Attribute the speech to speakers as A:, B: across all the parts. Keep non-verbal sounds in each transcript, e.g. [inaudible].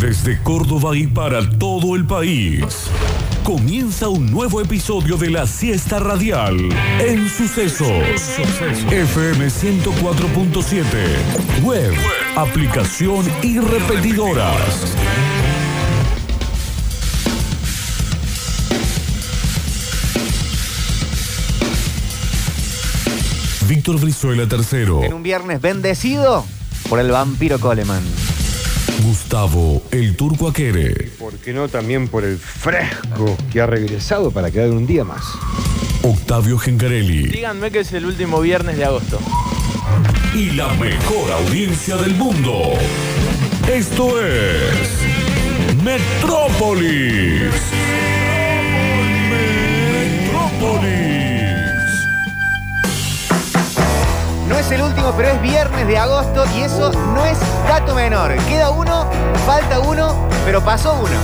A: Desde Córdoba y para todo el país. Comienza un nuevo episodio de la siesta radial en Sucesos. FM 104.7. Web, aplicación y repetidoras. Víctor Brizuela
B: En
A: III.
B: un viernes bendecido por el vampiro Coleman.
A: Gustavo El Turco Aquere.
C: ¿Por qué no también por el fresco que ha regresado para quedar un día más?
A: Octavio Gencarelli.
D: Díganme que es el último viernes de agosto.
A: y la mejor audiencia del mundo. Esto es Metrópolis. Metrópolis.
B: No es el último, pero es viernes de agosto y eso no es dato menor. Queda uno, falta uno, pero pasó uno.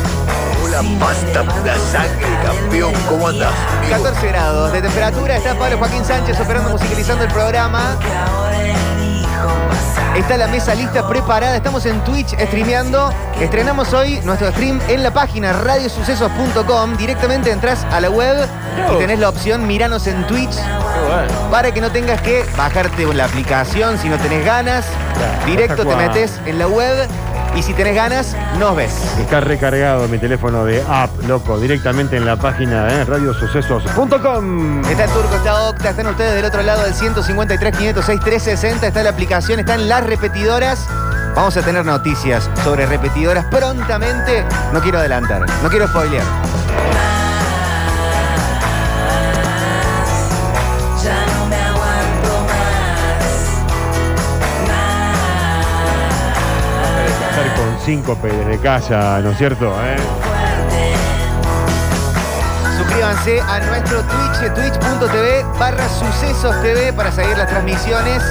E: Hola, pasta pura sangre, campeón. ¿Cómo andas?
B: 14 grados de temperatura, está Pablo Joaquín Sánchez operando, musicalizando el programa. Está la mesa lista preparada, estamos en Twitch streameando. Estrenamos hoy nuestro stream en la página radiosucesos.com. Directamente entras a la web y tenés la opción miranos en Twitch
D: Qué bueno.
B: para que no tengas que bajarte la aplicación si no tenés ganas. Directo te
C: pasa cuando-
B: metes en la web y si tenés ganas, nos ves.
C: Está recargado mi teléfono de app, loco, directamente en la página eh, radiosucesos.com.
B: Está el turco, está Octa, están ustedes del otro lado del 153, 506, 360, está la aplicación, están las repetidoras. Vamos a tener noticias sobre repetidoras prontamente. No quiero adelantar, no quiero spoilear.
F: Ya no me aguanto más.
C: Estar con síncope desde casa, ¿no es cierto? eh?
B: Suscríbanse a nuestro Twitch, twitch.tv barra sucesos TV para seguir las transmisiones.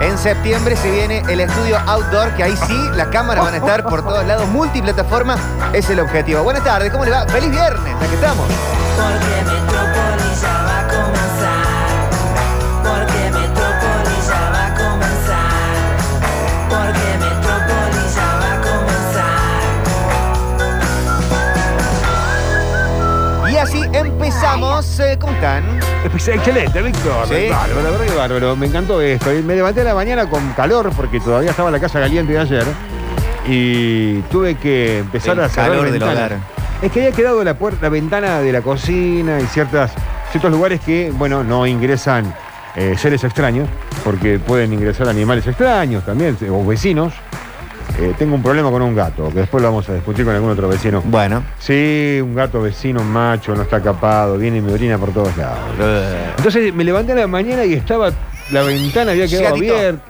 B: En septiembre se viene el estudio outdoor, que ahí sí, las cámaras van a estar por todos lados, multiplataforma es el objetivo. Buenas tardes, ¿cómo le va? Feliz viernes, aquí estamos.
F: Porque Metrópolis ya va a comenzar. Porque Metrópolis ya va a comenzar. Porque Metrópolis ya va a comenzar.
B: Y así empezamos. Eh, ¿Cómo están?
C: [laughs] Pues, Excelente, Víctor.
B: Sí.
C: Bárbaro, bárbaro, bárbaro. Me encantó esto. Y Me levanté a la mañana con calor porque todavía estaba la casa caliente de ayer. Y tuve que empezar
B: El
C: a cerrar
B: calor del
C: ventanas.
B: hogar.
C: Es que había quedado la, puerta, la ventana de la cocina y ciertas, ciertos lugares que, bueno, no ingresan eh, seres extraños, porque pueden ingresar animales extraños también, o vecinos. Eh, tengo un problema con un gato, que después lo vamos a discutir con algún otro vecino.
B: Bueno.
C: Sí, un gato vecino macho, no está capado, viene y me orina por todos lados.
B: Eh.
C: Entonces me levanté a la mañana y estaba. La ventana había quedado
B: Gatito.
C: abierta.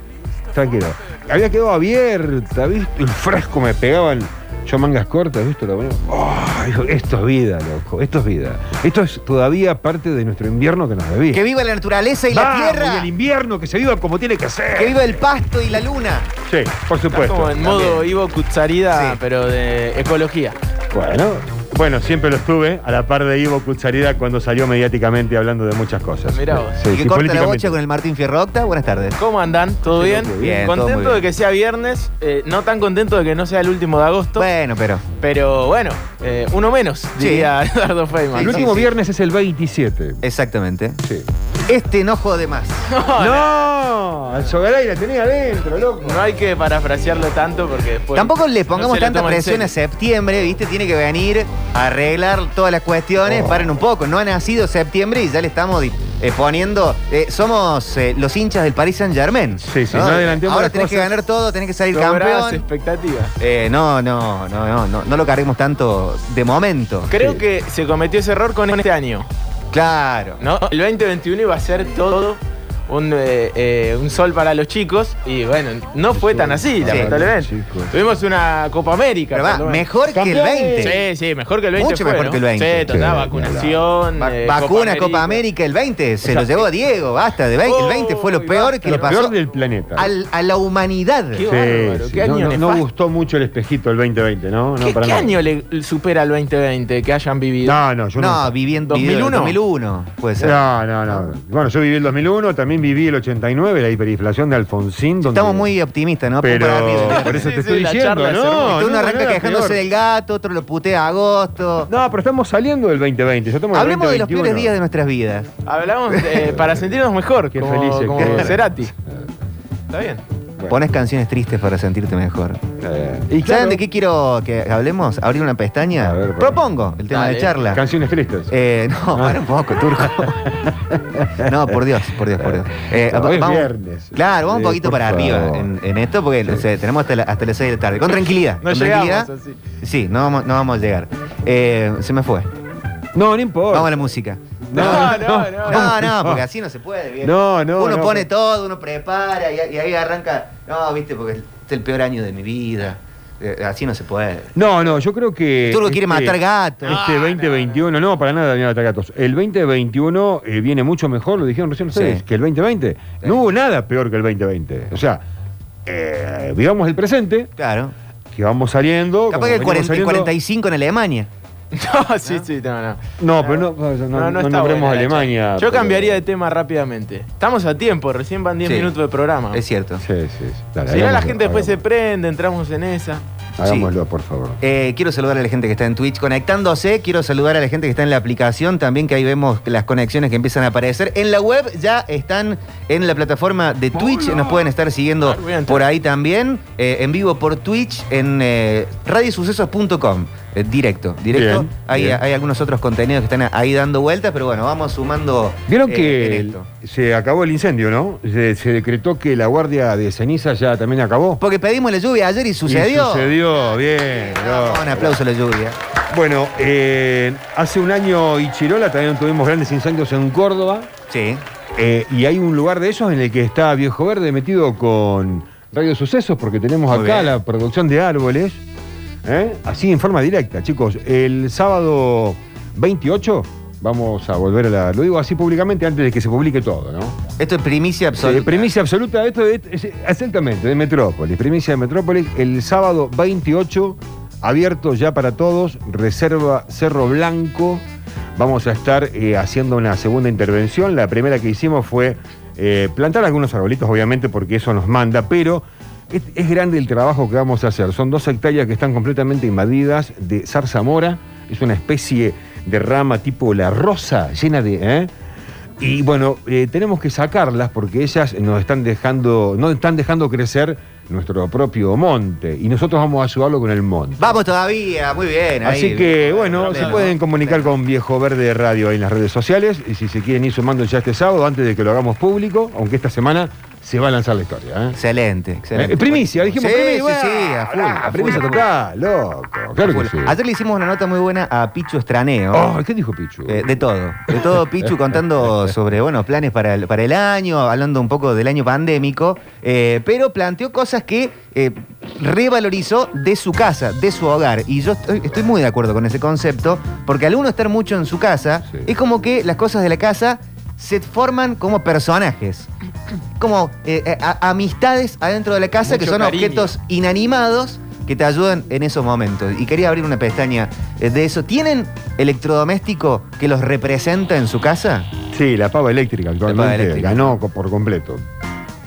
C: Tranquilo. Había quedado abierta, ¿viste? El fresco me pegaban. Yo mangas cortas, ¿viste? La ponía- Oh, digo, esto es vida, loco. Esto es vida. Esto es todavía parte de nuestro invierno que nos debía.
B: Que viva la naturaleza y
C: Vamos,
B: la
C: y
B: tierra.
C: el invierno que se viva como tiene que ser.
B: Que viva el pasto y la luna.
C: Sí, por
D: Está
C: supuesto.
D: como en modo Ivo Kutsarida,
B: Sí.
D: pero de ecología.
C: Bueno, bueno, siempre lo estuve a la par de Ivo Cucharida cuando salió mediáticamente hablando de muchas cosas.
D: Mirá vos.
C: Sí,
B: y que corta
C: sí,
B: la
C: políticamente.
B: bocha con el Martín Fierrocta. Buenas tardes.
D: ¿Cómo andan? ¿Todo
C: Sí,
D: bien?
C: todo
B: bien, todo
D: contento
B: muy bien.
D: de que sea viernes, eh, no tan contento de que no sea el último de agosto,
B: Bueno, pero.
D: pero bueno, eh, uno menos, diría [laughs] Eduardo Feynman.
C: El
B: Sí,
C: último
B: sí.
C: viernes es el 27.
B: Exactamente.
C: Sí.
B: Este enojo de más.
C: No, al Sogaray la tenía adentro, loco.
D: No hay que parafrasearlo tanto porque después...
B: Tampoco le
D: Pues, no
B: pongamos
D: se lo
B: tanta
D: toma en
B: presión a
D: serio.
B: septiembre, ¿viste? Tiene que venir a arreglar todas las cuestiones. Paren un poco. No ha nacido septiembre y ya le estamos di- eh, poniendo. eh, somos eh, los hinchas del Paris Saint Germain.
C: Sí, sí, no adelantemos
B: Ahora
C: las
B: tenés que
C: cosas.
B: ganar todo, tenés que salir
D: Sobradas
B: campeón.
D: expectativas.
B: Eh, no, no, no, no, no, no lo carguemos tanto de momento.
D: Creo que se cometió ese error con este año.
B: Claro.
D: ¿no? El 2021 iba a ser todo un, eh, eh, un sol para los chicos y bueno, no fue tan así,
C: Sí.
D: lamentablemente.
C: Sí, chicos.
D: Tuvimos una Copa América.
B: Pero va,
D: por lo menos.
B: mejor que el
C: Campeones.
B: 20.
D: Sí, sí, mejor que el 20.
B: Mucho
D: fue,
B: mejor
D: ¿no?
B: que el 20.
D: Sí, total,
C: Sí,
D: vacunación.
B: Va-
D: eh,
B: vacuna, Copa América, el 20. Se lo llevó a Diego, basta. De 20. el 20 fue lo
D: Uy,
B: peor
D: basta.
B: que
C: Lo
B: le pasó
C: peor del planeta.
B: al- a la humanidad.
D: Qué bárbaro, qué
C: no,
D: año
C: no- no
D: nefasto.
C: gustó mucho el espejito el 2020, ¿no? No,
D: ¿Qué,
C: para
D: qué
C: nada.
D: año le supera al 2020 que hayan vivido?
C: No, no, yo
B: No,
C: no.
B: viviendo
D: 2001.
B: 2001, puede ser.
C: No, no, no. Bueno, yo viví el 2001, también también viví el 89, la hiperinflación de Alfonsín. donde-
B: Estamos muy optimistas, ¿no? Vamos
C: Pero
B: para arriba.
C: por eso te
D: Sí, sí,
C: estoy
D: la
C: diciendo,
D: charla es
C: ¿no?
B: Uno
C: no,
B: arranca
C: no,
B: quejándose
C: peor.
B: del gato, otro lo putea a agosto.
C: No, pero estamos saliendo del 2020. ya estamos en el
B: Hablemos de los peores
C: 2021.
B: días de nuestras vidas.
D: Hablamos eh, para sentirnos mejor,
C: Qué
D: como,
C: felices
D: como
C: que eran.
D: Cerati. Está bien.
C: Bueno.
B: Pones canciones tristes para sentirte mejor.
C: Eh, y claro,
B: ¿Saben de qué quiero que hablemos? ¿Abrir una pestaña?
C: A ver, por- Ah.
B: Propongo el tema
D: Dale.
B: de charla.
C: Canciones tristes.
B: Eh, no, para un poco, turco.
C: [laughs]
B: no, por Dios, por Dios, por Dios. Eh,
C: No,
B: va-
C: es viernes.
B: Claro, vamos un
C: Eh,
B: poquito
C: por
B: para
C: favor.
B: arriba en, en esto, porque o sea, tenemos hasta, la- hasta las 6 de la tarde. Con tranquilidad.
D: No
B: con
D: llegamos
B: tranquilidad.
D: así.
B: Sí, no vamos, no vamos a llegar. Eh, se me fue.
C: no, no importa.
B: Vamos a la música.
D: No, no, no.
B: No, no, porque así no se puede. bien.
C: No, no,
B: Uno
C: no.
B: pone todo, uno prepara y, y ahí arranca. No, viste, porque es el peor año de mi vida. Eh, así no se puede.
C: No, no, yo creo que.
B: Turbo quiere
C: este-
B: matar gatos.
C: Este 2021, no, para nada viene a matar gatos. El 2021 eh, viene mucho mejor, lo dijeron recién ustedes,
B: Sí.
C: que el 2020. No hubo nada peor que el 2020. O sea, eh, vivamos el presente,
B: Claro.
C: que vamos saliendo. como
B: Capaz que el
C: venimos
B: 40 y
C: saliendo-
B: 45 en Alemania.
D: No, sí, sí, no, no.
C: No, pero no, no, no, no
D: está
C: nombremos
D: buena la
C: Alemania.
D: charla. Yo
C: pero-
D: cambiaría de tema rápidamente. Estamos a tiempo, recién van 10
B: Sí.
D: minutos de programa.
B: Es cierto.
C: Sí, sí. sí. Dale,
D: Si no, la
C: hagámoslo,
D: gente después se
C: hagámoslo.
D: prende, entramos en esa.
C: Hagámoslo, por favor.
B: Eh, quiero saludar a la gente que está en Twitch conectándose. Quiero saludar a la gente que está en la aplicación también, que ahí vemos las conexiones que empiezan a aparecer. En la web ya están en la plataforma de Twitch. Nos pueden estar siguiendo
D: Ah, voy a entrar.
B: por ahí también. eh, en vivo por Twitch en eh, radiosucesos.com. eh, directo, directo.
C: Bien,
B: hay,
C: bien.
B: hay algunos otros contenidos que están ahí dando vueltas, pero bueno, vamos sumando.
C: Vieron
B: eh, en
C: que
B: esto.
C: se acabó el incendio, ¿no? Se, se decretó que la guardia de ceniza ya también acabó.
B: Porque pedimos la lluvia ayer y sucedió.
C: Y sucedió, bien.
B: Vamos, un
C: bien.
B: aplauso a la lluvia.
C: Bueno, eh, hace un año Ichirola también tuvimos grandes incendios en Córdoba.
B: Sí.
C: eh, y hay un lugar de esos en el que está Viejo Verde metido con Radio Sucesos, porque tenemos
B: Muy
C: acá
B: bien.
C: la producción de árboles. ¿eh? Así en forma directa, chicos. El sábado 28 vamos a volver a la. Lo digo así públicamente antes de que se publique todo, ¿no?
B: Esto es primicia absoluta.
C: Eh, primicia absoluta, esto es, es- exactamente, de Metrópolis, primicia de Metrópolis, el sábado 28, abierto ya para todos, reserva Cerro Blanco. Vamos a estar eh, haciendo una segunda intervención. La primera que hicimos fue eh, plantar algunos arbolitos, obviamente, porque eso nos manda, pero es, es grande el trabajo que vamos a hacer. Son dos hectáreas que están completamente invadidas de zarzamora. Es una especie de rama tipo la rosa, llena de. ¿eh? Y bueno, eh, tenemos que sacarlas porque ellas nos están dejando, no están dejando crecer nuestro propio monte. Y nosotros vamos a ayudarlo con el monte.
B: Vamos todavía, muy bien. ahí.
C: Así que bueno,
B: Bien,
C: se pueden
B: ¿no?
C: comunicar con Viejo Verde Radio ahí en las redes sociales. Y si se quieren ir sumando ya este sábado, antes de que lo hagamos público, aunque esta semana se va a lanzar la historia. ¿eh?
B: Excelente, excelente.
C: Eh, primicia, dijimos
B: sí,
C: primicia.
B: Sí, sí, a full,
C: Ah,
B: a full,
C: primicia
B: a full.
C: total, loco. Claro que sí.
B: Ayer le hicimos una nota muy buena a Pichu Estraneo.
C: Oh, ¿Qué dijo Pichu?
B: Eh, de todo, de todo Pichu
C: [laughs]
B: contando sobre bueno, planes para el, para el año, hablando un poco del año pandémico, eh, pero planteó cosas que eh, revalorizó de su casa, de su hogar. Y yo estoy, estoy muy de acuerdo con ese concepto, porque al uno estar mucho en su casa,
C: Sí.
B: es como que las cosas de la casa se forman como personajes, como eh, eh, a- amistades adentro de la casa que
D: Mucho
B: son
D: cariño.
B: objetos inanimados que te ayudan en esos momentos. Y quería abrir una pestaña eh, de eso. ¿Tienen electrodoméstico que los representa en su casa?
C: Sí, la pava eléctrica actualmente
B: La pava eléctrica.
C: ganó co- por completo.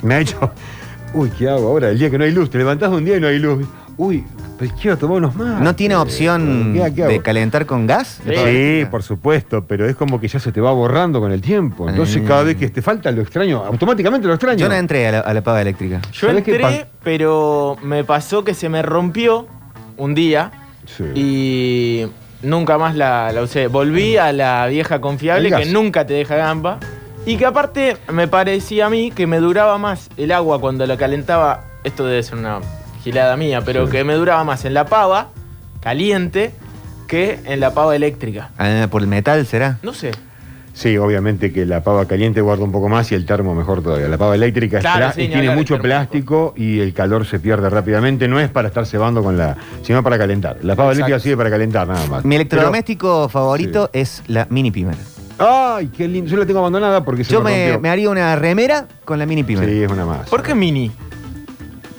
C: Me ha hecho. [laughs] Uy, ¿qué hago ahora? El día que no hay luz, te levantás un día y no hay luz. Uy, pues quiero tomar unos más.
B: ¿No tiene opción
C: Eh, ¿Qué, qué hago?
B: de calentar con gas?
D: Sí.
C: Sí, por supuesto, pero es como que ya se te va borrando con el tiempo. Entonces,
B: Mm.
C: cada vez que te falta lo extraño, automáticamente lo extraño.
B: Yo no entré a la, a la pava eléctrica.
D: Yo
C: ¿Sabés qué
D: entré,
C: pa-
D: pero me pasó que se me rompió un día
C: Sí.
D: y nunca más la, la usé. Volví a la vieja confiable
C: El gas.
D: que nunca te deja gamba y que aparte me parecía a mí que me duraba más el agua cuando la calentaba. Esto debe ser una gilada mía, pero que me duraba más en la pava caliente que en la pava eléctrica.
B: Ah, ¿Por el metal será?
D: No sé.
C: Sí, obviamente que la pava caliente guarda un poco más y el termo mejor todavía. La pava eléctrica es
D: Claro,
C: pla-
D: sí, ni
C: tiene
D: hablar,
C: mucho
D: el termo
C: plástico y el calor se pierde rápidamente. No es para estar cebando con la, sino para calentar. La pava eléctrica sirve para calentar nada más.
B: Mi
C: Pero-
B: electrodoméstico favorito es la mini pimer.
C: Ay, qué lindo. Yo la tengo abandonada porque se
B: Yo
C: me,
B: me,
C: rompió.
B: me haría una remera con la mini pimer.
C: Sí, es una Eh, más.
D: ¿Por qué mini?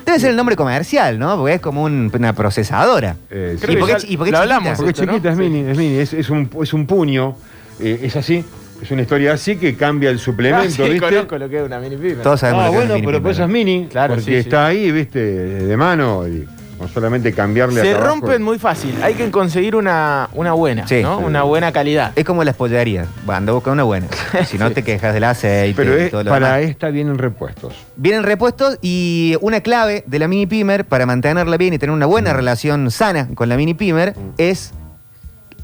B: Debe ser el nombre comercial, ¿no? Porque es como un- una procesadora.
C: Eh, sí.
D: Creo
B: ¿Y por
D: que
B: qué
D: ya
B: chi- y por qué
D: lo
B: chiquita?
D: hablamos.
C: Porque es
D: esto, ¿no?
C: chiquita, es
D: Sí.
C: mini, es mini, es, es un, es un puño, eh, es así, Es una historia así que cambia el
D: [laughs] Ah,
C: suplemento,
D: sí,
C: ¿viste?
D: conozco lo que es una mini pipa.
B: Todos sabemos
C: Ah,
B: lo que es
C: bueno,
B: mini
C: pero pues
B: pipa,
C: esas mini,
D: Claro,
C: porque
D: sí, sí.
C: está ahí, viste, de mano, y no solamente cambiarle
D: Se
C: acá abajo.
D: rompen muy fácil. Hay que conseguir una, una buena,
B: Sí.
D: ¿no? Una buena calidad.
B: Es como las pollerías. Va, Anda a buscar una
C: [laughs]
B: buena. Si no, te quejas del aceite
C: Pero
B: y
C: es-
B: todo lo
C: para
B: demás.
C: esta vienen repuestos.
B: Vienen repuestos y una clave de la mini pimer para mantenerla bien y tener una
C: Mm.
B: buena relación sana con la mini pimer es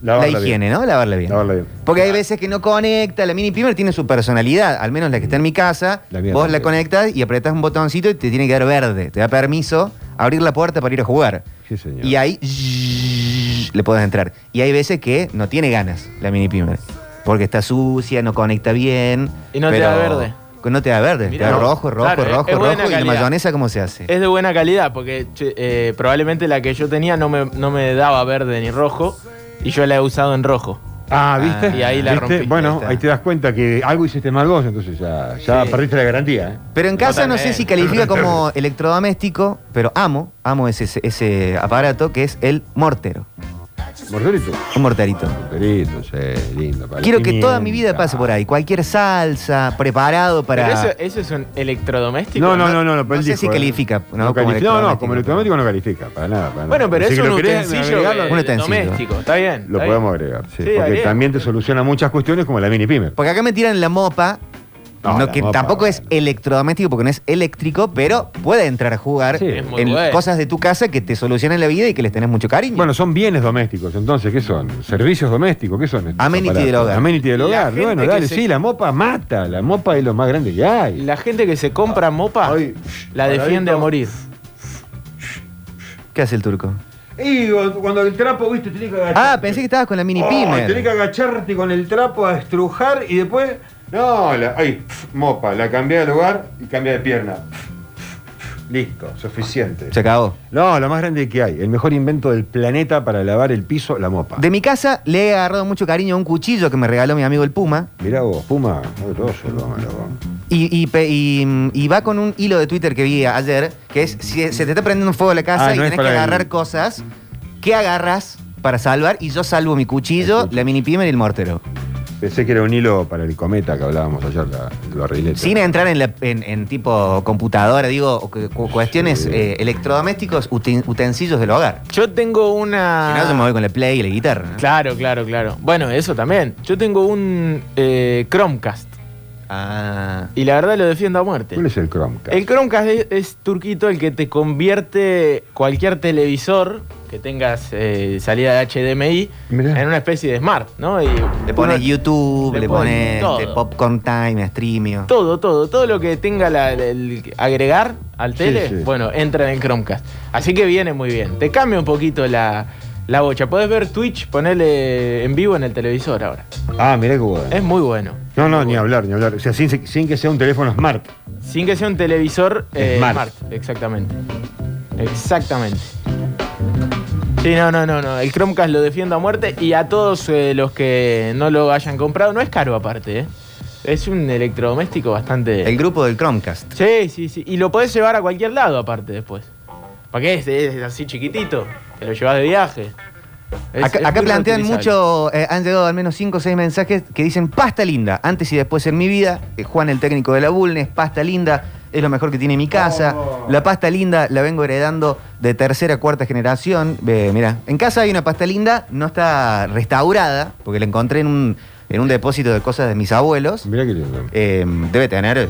B: la
C: Lavarla bien.
B: higiene, ¿no? Lavarla bien.
C: Lavarla bien.
B: Porque hay veces que no conecta. La mini pimer tiene su personalidad, al menos la que está en mi casa.
C: La mía
B: vos la
C: también.
B: conectas y apretás un botoncito y te tiene que dar verde. Te da permiso abrir la puerta para ir a jugar.
C: Sí, señor.
B: Y ahí le podés entrar. Y hay veces que no tiene ganas la mini pimer. Porque está sucia, no conecta bien.
D: Y no te
B: pero-
D: da verde.
B: que No te da verde.
D: Mirá.
B: te da rojo, rojo,
D: Claro, es-
B: rojo,
D: es
B: rojo.
D: buena
B: ¿Y la
D: calidad.
B: mayonesa cómo se hace?
D: Es de buena calidad porque che, eh, probablemente la que yo tenía no me, no me daba verde ni rojo y yo la he usado en rojo.
C: Ah, ¿viste?
D: Ah, y ahí la
C: ¿Viste?
D: rompiste, ahí
C: Bueno,
D: está.
C: ahí te das cuenta que algo hiciste mal vos, entonces ya, ya
D: Sí.
C: perdiste la garantía. ¿eh?
B: Pero en casa no sé
D: Totalmente.
B: si
D: [laughs]
B: califica como electrodoméstico, pero amo, amo ese, ese aparato que es el mortero.
C: Morderito.
B: Un morterito.
C: Morderito, sí, lindo. para la
B: Quiero que toda
C: pimienta.
B: mi vida pase por ahí. Cualquier salsa, preparado para.
D: Pero eso, eso es un electrodoméstico.
C: No, no, no, no, no,
B: No
C: pero él
B: sé si
C: dijo, ¿eh?
B: califica, ¿no? como
C: No, califica- no, no,
B: electrodoméstico.
C: como electrodoméstico no califica, para nada. para
D: Bueno,
C: nada.
D: pero
C: Así
D: es
C: que
D: un
C: lo querés
D: utensilio,
C: agregarlo,
D: eh,
B: Un utensilio.
D: doméstico. Está bien.
C: Lo
D: está
C: podemos
D: bien.
C: agregar, sí,
D: Sí,
C: porque
D: agrega.
C: también te soluciona muchas cuestiones como la mini pyme.
B: Porque acá me tiran la mopa.
C: No,
B: no,
C: la
B: que
C: mopa, eh.
B: tampoco es
C: bueno.
B: electrodoméstico porque no es eléctrico, pero puede entrar a jugar
C: Sí.
D: Es muy
B: en
D: bueno.
B: cosas de tu casa que te solucionan la vida y que les tenés mucho cariño.
C: Bueno, son bienes domésticos, entonces, ¿qué son? Servicios domésticos, ¿qué son? estos
B: Amenity
C: aparatos?
B: del hogar.
C: Amenity del
D: La
C: hogar,
D: gente
C: bueno,
D: que
C: dale,
D: se-
C: sí, la mopa mata, la mopa es lo más grande que hay.
D: La gente que se compra mopa
C: Ay,
D: la
C: paradito.
D: defiende a morir.
B: ¿Qué hace el turco?
C: Y cuando el trapo, viste, tenés que agacharte.
B: Ah, pensé que estabas con la mini
C: Oh,
B: pimer.
C: Tenés que agacharte con el trapo a estrujar y después. No, la, ay, pf, mopa, la cambié de lugar y cambié de pierna. Pf, pf, pf, Listo, suficiente.
B: Se acabó.
C: No, lo más grande que hay, el mejor invento del planeta para lavar el piso, la mopa.
B: De mi casa le he agarrado mucho cariño a un cuchillo que me regaló mi amigo el Puma.
C: Mirá vos, Puma, grosso, lo vamos, lo vamos.
B: Y, y pe- y, mm, y va con un hilo de Twitter que vi ayer, que es, si se te está prendiendo un fuego la casa
C: Ah,
B: y
C: no es
B: tenés que
C: para el-
B: agarrar cosas, ¿qué agarras para salvar? Y yo salvo mi cuchillo,
C: Escucha.
B: la mini pimer y el mortero.
C: Pensé que era un hilo para el cometa que hablábamos ayer, la- lo arreglé.
B: Sin entrar en, la- en- en tipo computadora, digo, o cu- cu- cuestiones
C: Sí.
B: eh, electrodomésticos, uten- utensilios del hogar.
D: Yo tengo una.
B: Si no, yo me voy con la play y la guitarra. ¿no?
D: Claro, claro, claro. Bueno, eso también. Yo tengo un eh, Chromecast
B: Ah.
D: y la verdad lo defiendo a muerte.
C: ¿Cuál es el Chromecast?
D: El Chromecast es, es turquito el que te convierte cualquier televisor que tengas eh, salida de HDMI
C: Mirá.
D: en una especie de smart, ¿no? Y
B: Le pones
D: uno-
B: YouTube,
D: le
B: le
D: pones
B: pones
D: todo.
B: este, Popcorn Time, Streamio.
D: Todo, todo, todo lo que tenga la- el- el agregar al tele,
C: sí.
D: bueno, entra en el Chromecast. Así que viene muy bien. Te cambia un poquito la, la bocha. Podés ver Twitch, ponerle en vivo en el televisor ahora.
C: Ah, mirá qué bueno.
B: Eh.
D: Es muy bueno.
C: No, no, ni hablar, ni hablar. O sea, sin, sin que sea un teléfono smart.
D: Sin que sea un televisor eh,
C: Smart.
D: smart. Exactamente. Exactamente. Sí, no, no, no, no. El Chromecast lo defiendo a muerte y a todos eh, los que no lo hayan comprado, no es caro aparte, ¿eh? Es un electrodoméstico bastante...
B: El grupo del Chromecast.
D: Sí, sí, sí. Y lo podés llevar a cualquier lado aparte después. ¿Para qué? Es, es así chiquitito. Te lo llevas de viaje. Es-
B: acá
D: es
B: acá
D: muy
B: plantean
D: reutilizable.
B: mucho, eh, han llegado al menos 5 o 6 mensajes que dicen pasta linda, antes y después en mi vida. Eh, Juan, el técnico de la Bulnes, pasta linda, es lo mejor que tiene mi casa. La pasta linda la vengo heredando de tercera, cuarta generación. Eh, mirá, en casa hay una pasta linda, no está restaurada, porque la encontré en un, en un depósito de cosas de mis abuelos.
C: Mirá qué lindo.
B: Eh, debe tener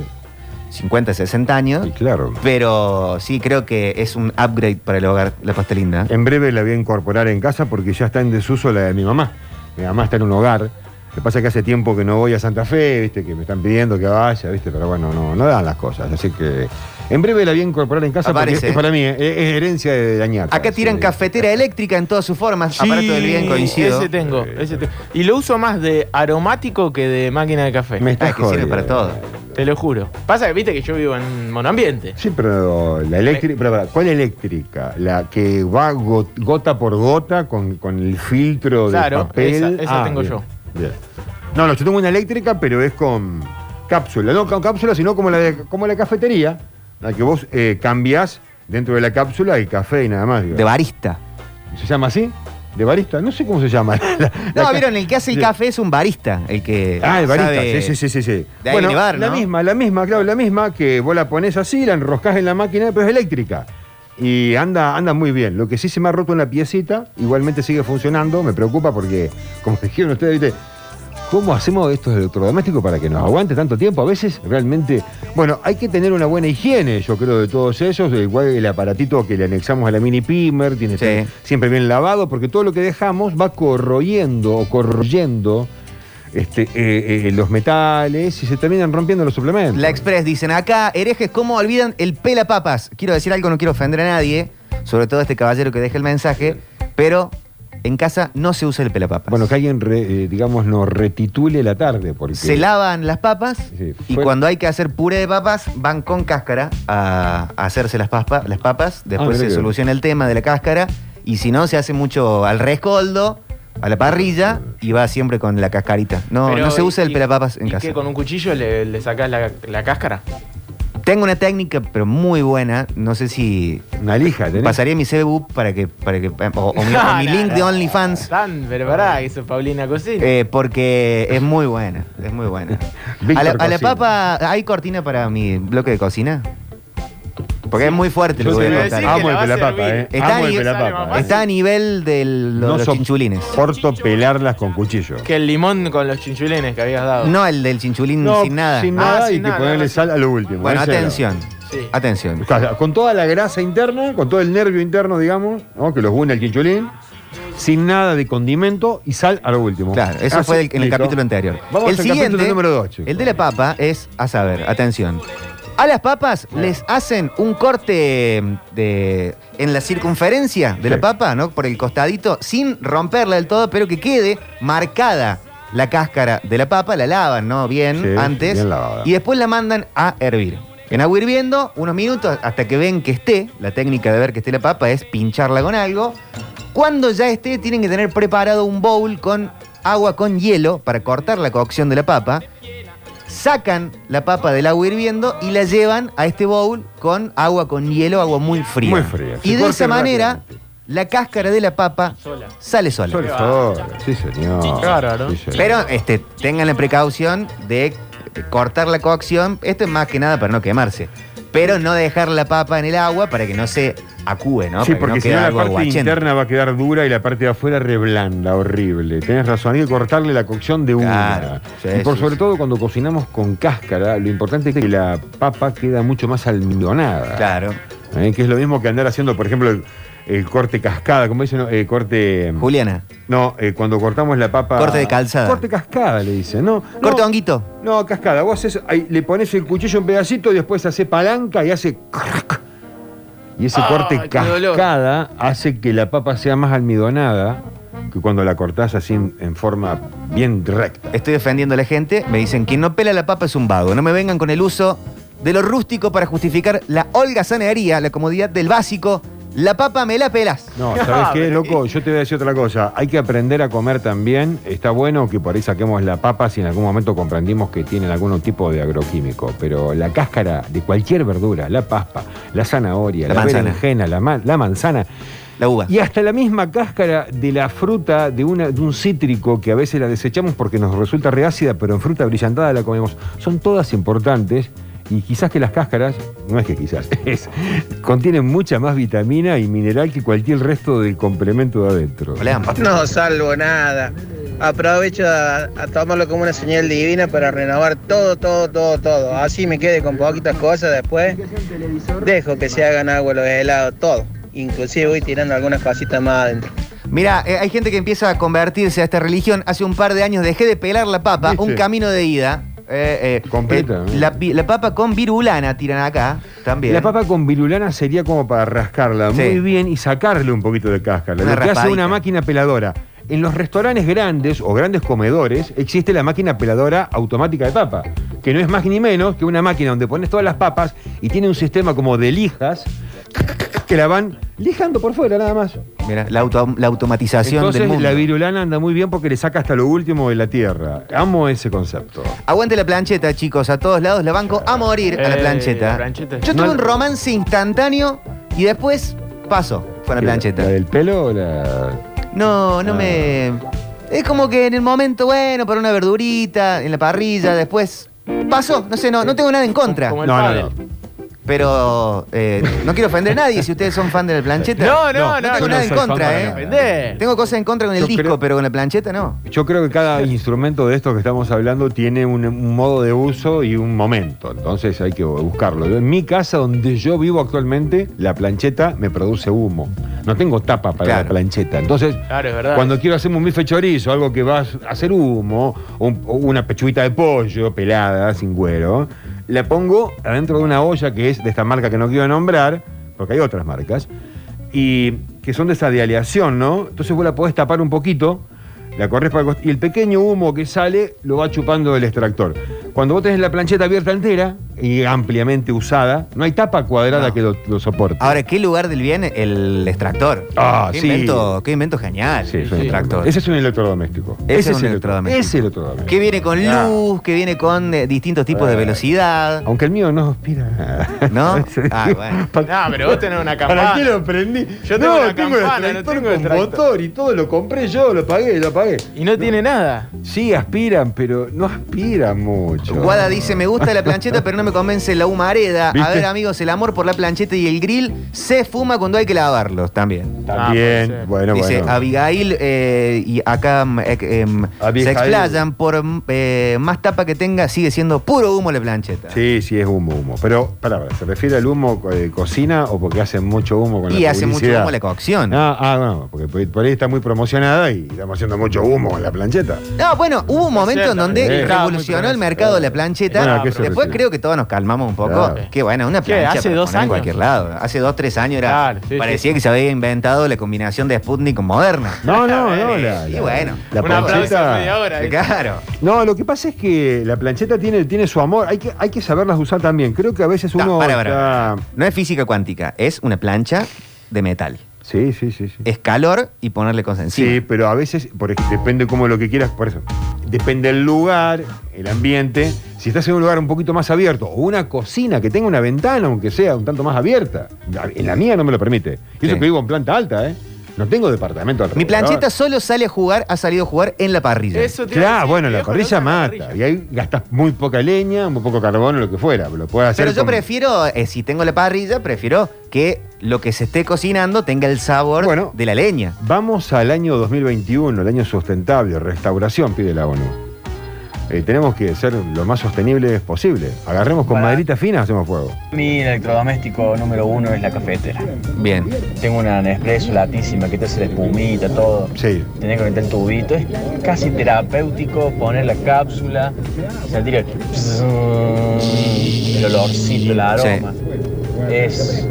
B: 50, 60 años.
C: Y claro.
B: Pero sí creo que es un upgrade para el hogar, la pasta linda.
C: En breve la voy a incorporar en casa porque ya está en desuso la de mi mamá. Mi mamá está en un hogar. Lo que pasa es que hace tiempo que no voy a Santa Fe, viste, que me están pidiendo que vaya, viste, pero bueno, no, no dan las cosas. Así que en breve la voy a incorporar en casa
B: Aparece.
C: porque es para mí, eh, es, herencia de dañata.
B: Acá tiran cafetera eléctrica en todas sus formas. aparato del bien coincido.
D: Ese tengo, ese tengo. Y lo uso más de aromático que de máquina de café.
C: Me está
B: Ah, que sirve
C: jodiendo.
B: para todo.
D: Te lo juro. Pasa que viste que yo vivo en un monoambiente.
C: Sí, pero la eléctrica, pero, pará, ¿cuál eléctrica? La que va go- gota por gota con, con el filtro de
D: Claro,
C: papel. Ah,
D: esa- esa tengo
C: bien,
D: yo.
C: bien. No, no, yo tengo una eléctrica, pero es con cápsula. No con cápsula, sino como la de, como la cafetería, la que vos eh, cambiás dentro de la cápsula el café y nada más. digo.
B: De barista.
C: ¿Se llama así? de barista, no sé cómo se llama. [laughs] La- la
B: No,
C: ca-
B: vieron, el que hace el
C: Sí.
B: café es un barista. El que.
C: Ah, el barista,
B: sabe-
C: sí, sí, sí, sí, sí.
B: de ahí
C: bueno,
B: viene bar,
C: la
B: ¿no?
C: misma, la misma, claro, la misma que vos la ponés así, la enroscás en la máquina, pero es eléctrica. Y anda, anda muy bien. Lo que sí se me ha roto una piecita, igualmente sigue funcionando, me preocupa porque, como [laughs] dijeron ustedes, ¿viste? ¿Cómo hacemos estos electrodomésticos para que nos aguante tanto tiempo? A veces realmente, bueno, hay que tener una buena higiene, yo creo, de todos ellos. Igual el aparatito que le anexamos a la mini pimer, tiene que
B: Sí.
C: estar siempre bien lavado, porque todo lo que dejamos va corroyendo o corroyendo este, eh, eh, los metales y se terminan rompiendo los suplementos.
B: La Express dicen acá, herejes, ¿cómo olvidan el pelapapas? Quiero decir algo, no quiero ofender a nadie, sobre todo a este caballero que deja el mensaje, pero en casa no se usa el pelapapas.
C: Bueno, que alguien, re- eh, digamos, nos retitule la tarde, porque...
B: se lavan las papas
C: Sí,
B: y
C: fue-
B: cuando hay que hacer puré de papas, van con cáscara a, a hacerse las, paspa- las papas. Después
C: Ah, mirá
B: se
C: que-
B: soluciona el tema de la cáscara y si no, se hace mucho al rescoldo, a la parrilla y va siempre con la cascarita. No,
D: Pero,
B: no se
D: ¿y-
B: usa el
D: y-
B: pelapapas en
D: y
B: casa.
D: qué, con un cuchillo le, le sacás la, la cáscara?
B: Tengo una técnica, pero muy buena, no sé si
C: Una lija, tenés.
B: Pasaría mi CBU para que, para que o,
D: [laughs]
B: o mi, o mi link de OnlyFans.
D: Tan, pero pará, eso es Paulina Cocina.
B: eh, porque es muy buena, es muy buena. A la,
C: [laughs] Víctor
B: a la
C: Cocina.
B: papa, ¿hay cortina para mi bloque de cocina? Porque es muy fuerte
C: Yo
B: lo que
C: te
B: voy
C: voy
B: a
C: a
B: contar.
C: decir Amo
D: que
C: el
D: la va a
C: pelapapa,
D: servir.
C: eh.
B: Está
C: Amo
B: ahí,
C: el pelapapa.
D: sale
B: Está a nivel de
C: No
B: los
C: so-
B: chinchulines.
C: Soporto pelarlas con cuchillo.
D: Que el limón con los chinchulines que habías dado.
B: No el del chinchulín sin nada.
C: Sin
D: Ah,
C: nada
D: sin
C: y
D: nada,
C: que ponerle
D: no,
C: sal a lo último.
B: Bueno,
C: Ese era.
B: atención.
D: Sí.
B: Atención.
C: O sea, Con toda la grasa interna, con todo el nervio interno, digamos, ¿no? que los une el quinchulín, sin nada de condimento y sal a lo último.
B: Claro, eso
C: Así,
B: fue el- en el
C: listo.
B: capítulo anterior.
C: Vamos
B: el
C: al capítulo número 2.
B: el de la papa es, a saber, atención. A las papas les hacen un corte de, en la circunferencia de la
C: Sí.
B: papa, ¿no? Por el costadito, sin romperla del todo, pero que quede marcada la cáscara de la papa, la lavan, ¿no? Bien
C: Sí,
B: antes.
C: bien lavada.
B: y después la mandan a hervir. En agua hirviendo, unos minutos hasta que ven que esté. La técnica de ver que esté la papa es pincharla con algo. Cuando ya esté, tienen que tener preparado un bowl con agua con hielo para cortar la cocción de la papa. Sacan la papa del agua hirviendo y la llevan a este bowl con agua con hielo, agua muy fría.
C: Muy fría.
B: Y
C: Se
B: de
C: corta
B: esa manera,
C: rápidamente.
B: la cáscara de la papa
D: Sola.
B: sale sola.
C: Por favor, sí señor.
D: Qué bárbaro.
C: Sí, señor.
B: Pero este, tengan la precaución de eh, cortar la cocción. Esto es más que nada para no quemarse. Pero no dejar la papa en el agua para que no se acúe, ¿no? Para que
C: sí, porque
B: no
C: si
B: quede
C: no la
B: algo
C: parte
B: aguachento.
C: interna va a quedar dura y la parte de afuera reblanda, horrible. Tenés razón, hay que cortarle la cocción de
B: Claro,
C: una.
B: sí,
C: y por
B: sí,
C: sobre
B: sí.
C: todo cuando cocinamos con cáscara, lo importante es que la papa queda mucho más almidonada.
B: Claro.
C: ¿eh? que es lo mismo que andar haciendo, por ejemplo, el, el corte cascada, como dicen, el corte...
B: Juliana,
C: No, eh, cuando cortamos la papa...
B: Corte de calzada.
C: Corte cascada, le dicen, ¿no?
B: corta
C: no,
B: honguito.
C: No, cascada. Vos haces- ahí, le pones el cuchillo en pedacito y después hace palanca y hace... crac. Y ese
D: Ah,
C: corte
D: qué dolor.
C: cascada hace que la papa sea más almidonada que cuando la cortás así en, en forma bien recta.
B: Estoy defendiendo a la gente. Me dicen, quien no pela la papa es un vago. No me vengan con el uso de lo rústico para justificar la holgazanería, la comodidad del básico. La papa me la pelas.
D: [laughs]
C: No, ¿sabes
D: Ah,
C: qué, loco? Yo te voy a decir otra cosa. Hay que aprender a comer también. Está bueno que por ahí saquemos la papa si en algún momento comprendimos que tienen algún tipo de agroquímico. Pero la cáscara de cualquier verdura, la papa, la zanahoria,
B: La
C: la,
B: manzana.
C: berenjena, la, ma- la manzana,
B: La uva.
C: y hasta la misma cáscara de la fruta de, una, de un cítrico que a veces la desechamos porque nos resulta reácida, pero en fruta brillantada la comemos. Son todas importantes y quizás que las cáscaras, no es que quizás, [laughs] es, contienen mucha más vitamina y mineral que cualquier resto del complemento de adentro.
B: Hola.
G: No salvo nada. Aprovecho a, a tomarlo como una señal divina para renovar todo, todo, todo, todo. Así me quede con poquitas cosas después. Dejo que se hagan agua los helados, todo. Inclusive voy tirando algunas cositas más adentro.
B: Mira, eh, hay gente que empieza a convertirse a esta religión. Hace un par de años dejé de pelar la papa,
C: ¿Viste?
B: un camino de ida. Eh, eh,
C: Completa,
B: eh,
C: ¿no?
B: la, vi- la papa con virulana tiran acá también.
C: La papa con virulana sería como para rascarla
B: Sí.
C: muy bien y sacarle un poquito de cáscara.
B: Una
C: lo que hace
B: raspadita.
C: una máquina peladora. En los restaurantes grandes o grandes comedores existe la máquina peladora automática de papa, que no es más ni menos que una máquina donde pones todas las papas y tiene un sistema como de lijas que la van lijando por fuera nada más.
B: Mira, la, auto- la automatización del
C: Entonces
B: mundo.
C: la virulana anda muy bien porque le saca hasta lo último de la tierra. Amo ese concepto.
B: Aguante la plancheta, chicos. A todos lados la banco a morir a la
D: Eh,
B: plancheta.
D: la plancheta.
B: Yo
C: No
B: tuve
C: la-
B: un romance instantáneo y después paso con la plancheta.
C: ¿La del pelo o la...?
B: No, no me.
C: Ah.
B: Es como que en el momento, bueno, para una verdurita, en la parrilla, después. Pasó, no sé, no, no tengo nada en contra.
D: Como el
C: No, no,
D: pádel.
C: no.
B: Pero eh, no quiero ofender a nadie si ustedes son fan de la plancheta.
D: No, no, no,
B: no tengo nada
D: yo no
B: en
D: soy fan
B: contra,
C: para
B: ¿eh?
C: nada.
D: Defender.
B: Tengo cosas en contra con el
C: Yo
B: disco,
C: creo-
B: pero con la plancheta no.
C: Yo creo que cada instrumento de estos que estamos hablando tiene un, un modo de uso y un momento, entonces hay que buscarlo. Yo, En mi casa donde yo vivo actualmente, la plancheta me produce humo. No tengo tapa para
B: Claro.
C: la plancheta, entonces
D: Claro, es verdad.
C: cuando quiero hacer un bife chorizo, algo que va a hacer humo, un- o una pechuguita de pollo pelada, sin cuero, la pongo adentro de una olla que es de esta marca que no quiero nombrar, porque hay otras marcas, y que son de esa de aleación, ¿no? Entonces vos la podés tapar un poquito, la corres para el cost- y el pequeño humo que sale lo va chupando el extractor. Cuando vos tenés la plancheta abierta entera y ampliamente usada, no hay tapa cuadrada
B: No. Ah,
C: que lo, lo soporte.
B: Ahora, ¿qué lugar del bien? El extractor.
C: Ah,
B: qué
C: sí.
B: Invento, qué invento genial.
C: Sí, es un
B: el
C: electrodoméstico.
B: extractor.
C: Ese es un electrodoméstico.
B: Ese es un
C: el-
B: electrodoméstico.
C: Ese electrodoméstico.
B: Que viene con luz, que viene con eh, distintos tipos de
C: Ah.
B: velocidad.
C: Aunque el mío no aspira nada. [laughs]
B: ¿No? Ah, bueno.
D: No, pero vos tenés una campana.
C: ¿Para qué lo prendí?
D: Yo tengo una
C: tengo el
D: campana, no
C: extractor
D: tengo
C: con
D: extractor.
C: motor y todo, lo compré yo, lo pagué, lo pagué.
D: Y no tiene nada.
C: Sí, aspiran, pero no aspiran mucho.
B: Guada dice, me gusta la plancheta, pero no me convence la humareda. A
C: ¿Viste?
B: ver, amigos, el amor por la plancheta y el grill se fuma cuando hay que lavarlos también.
D: Ah,
C: También,
D: puede ser.
C: bueno,
B: dice,
C: bueno.
B: Abigail eh, y acá mm, eh, eh,
C: Abigail.
B: se explayan por mm, eh, más tapa que tenga, sigue siendo puro humo la plancheta.
C: Sí, sí, es humo, humo. Pero, pará, pará, ¿se refiere al humo de cocina o porque hace mucho humo con la
B: y hace mucho
C: publicidad?
B: humo la cocción. No.
C: Ah, ah, no, porque por- por ahí está muy promocionada y estamos haciendo mucho humo con la plancheta.
B: bueno, hubo un momento en donde
C: también. Estaba muy
B: revolucionó el
D: progresista.
B: mercado de la plancheta.
C: Bueno, que eso
B: Después
C: sí.
B: creo que todos nos calmamos un poco.
C: Claro.
B: Que bueno, una
D: ¿Qué?
B: plancha
D: ¿Hace
B: para
D: dos
B: poner en
D: años?
B: cualquier lado. Hace dos, tres años era,
D: Claro, sí,
B: parecía que se había inventado la combinación de Sputnik con Moderna.
C: No, no,
B: [laughs]
C: no. La,
B: Y
C: la-
B: bueno.
C: la
D: Un aplauso
C: plancheta-
D: de media hora. ¿eh?
B: Claro.
C: No, lo que pasa es que la plancheta tiene, tiene su amor, hay que, hay que saberlas usar también. Creo que a veces uno.
B: No, para, para,
C: está-
B: para. No es física cuántica, es una plancha de metal.
C: Sí, sí, sí, sí.
B: Es calor y ponerle cosas
C: Sí,
B: encima.
C: pero a veces, por ej- depende como lo que quieras, por eso. Depende el lugar, el ambiente. Si estás en un lugar un poquito más abierto, o una cocina que tenga una ventana, aunque sea un tanto más abierta. La- En la mía no me lo permite. Y eso
B: Sí.
C: que vivo en planta alta, ¿eh? No tengo departamento
B: Mi
C: alrededor.
B: plancheta solo sale a jugar, ha salido a jugar en la parrilla.
D: Eso te iba a
C: Claro,
D: decir,
C: bueno, la
D: viejo,
C: parrilla
D: no usa la
C: mata. Y
D: parrilla.
C: ahí gastas muy poca leña, muy poco carbón o lo que fuera. Lo puedes hacer
B: Pero yo
C: con-
B: prefiero, eh, si tengo la parrilla, prefiero que lo que se esté cocinando tenga el sabor
C: Bueno.
B: de la leña.
C: Vamos al año 2021, el año sustentable, restauración, pide la ONU. Eh, tenemos que ser lo más sostenibles posible. Agarremos con
G: Para-
C: maderita fina, hacemos fuego.
G: Mi electrodoméstico número uno es la cafetera.
B: Bien.
G: Tengo una Nespresso latísima que te hace la espumita, todo.
C: Sí.
G: Tenés que conectar el tubito, es casi terapéutico poner la cápsula, sentir el, el olorcito, el aroma. Es,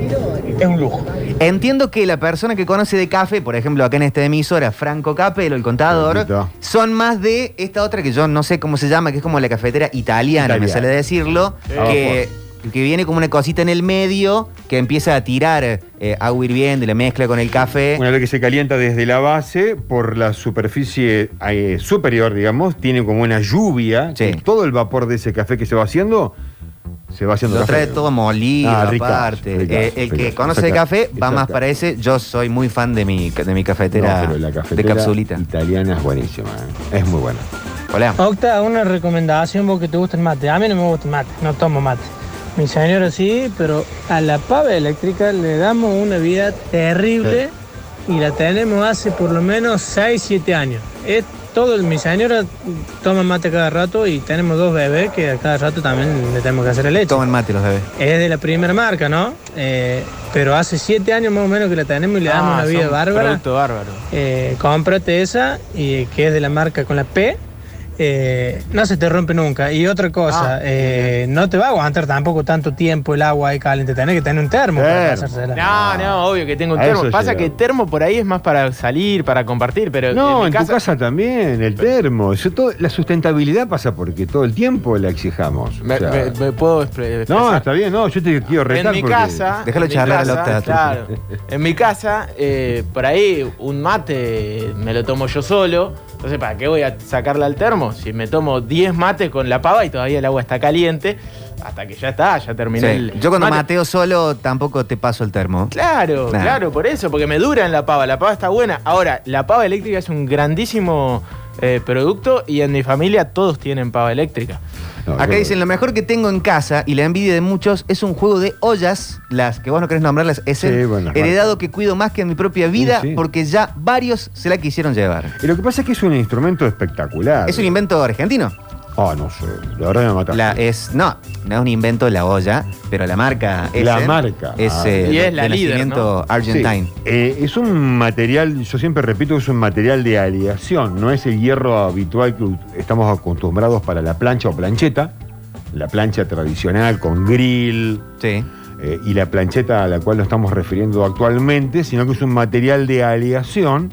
G: es un lujo.
B: Entiendo que la persona que conoce de café, por ejemplo, acá en esta emisora, Franco Capello, el contador,
C: Perfecto.
B: son más de esta otra que yo no sé cómo se llama, que es como la cafetera italiana, me
C: Italiana.
B: sale decirlo, que, que viene como una cosita en el medio que empieza a tirar eh, agua hirviendo y la mezcla con el café.
C: Una vez que se calienta desde la base, por la superficie eh, superior, digamos, tiene como una lluvia.
B: Sí.
C: que Todo el vapor de ese café que se va haciendo, se va haciendo
B: Lo
C: café.
B: trae todo molido,
C: Ah, ricazo,
B: aparte.
C: ricazo,
B: Eh, el que
C: ricazo.
B: conoce de
C: Exacto,
B: café va más
C: exacto.
B: para ese. Yo soy muy fan de mi, de mi
C: No,
B: cafetera,
C: pero la
B: de
C: cafetera
B: capsulita.
C: italiana es buenísima. eh. Es muy buena.
B: Hola.
H: Octa, una recomendación vos que te gusta el mate. A mí no me gusta el mate, no tomo mate. Mi señora sí, pero a la pava eléctrica le damos una vida terrible y la tenemos hace por lo menos 6, 7 años. Es todo, el- mi señora toma mate cada rato y tenemos dos bebés que a cada rato también le tenemos que hacer el leche.
B: Toman mate los bebés.
H: Es de la primera marca, ¿no? Eh, pero hace 7 años más o menos que la tenemos y le damos
D: Ah,
H: una vida
D: son
H: bárbara.
D: Producto bárbaro.
H: Eh, cómprate esa, y, que es de la marca con la P. eh, no se te rompe nunca. Y otra cosa,
D: Ah,
H: eh, no te va a aguantar tampoco tanto tiempo el agua ahí caliente. Tenés que tener un termo para
C: Termo.
H: pasársela.
D: No, no, obvio que tengo un
C: A
D: termo.
C: eso
D: Pasa
C: llegaba.
D: que el termo por ahí es más para salir, para compartir, pero
C: No,
D: mi
C: en tu casa también, el termo. Eso todo- la sustentabilidad pasa porque todo el tiempo la exijamos. o
D: me,
C: sea.
D: me- me puedo expre- expresar.
C: no, está bien, no, yo te quiero retar
D: En mi
C: porque-
D: casa.
B: Déjalo
D: en mi
B: charlar al
D: casa,
B: Octa, tú.
D: Claro. En mi casa, eh, por ahí un mate me lo tomo yo solo. Entonces, ¿para qué voy a sacarle al termo? extremos. Si me tomo 10 mates con la pava y todavía el agua está caliente, hasta que ya está, ya terminé
B: Sí.
D: el.
B: Yo cuando
D: mate.
B: mateo solo tampoco te paso el termo.
D: Claro,
B: Nah.
D: claro, por eso, porque me dura en la pava. La pava está buena. Ahora, la pava eléctrica es un grandísimo eh, producto y en mi familia todos tienen pava eléctrica.
C: No,
B: Acá
C: yo-
B: dicen, lo mejor que tengo en casa y la envidia de muchos es un juego de ollas, las que vos no querés nombrarlas, es
C: Sí,
B: el
C: bueno, las
B: heredado que cuido más que en mi propia vida
C: Sí, sí.
B: porque ya varios se la quisieron llevar.
C: Y lo que pasa es que es un instrumento espectacular.
B: ¿Es un invento argentino?
C: Ah, no sé. La verdad me mataste.
B: La, eh, es, no, no es un invento de la olla, pero la marca es...
C: La marca.
B: Es,
C: Ah.
B: eh,
D: Y es la
B: de
D: líder,
B: nacimiento
C: Sí.
B: Argentine.
C: Eh, es un material, yo siempre repito que es un material de aleación, no es el hierro habitual que u- estamos acostumbrados para la plancha o plancheta, la plancha tradicional con grill
B: Sí.
C: eh, y la plancheta a la cual nos estamos refiriendo actualmente, sino que es un material de aleación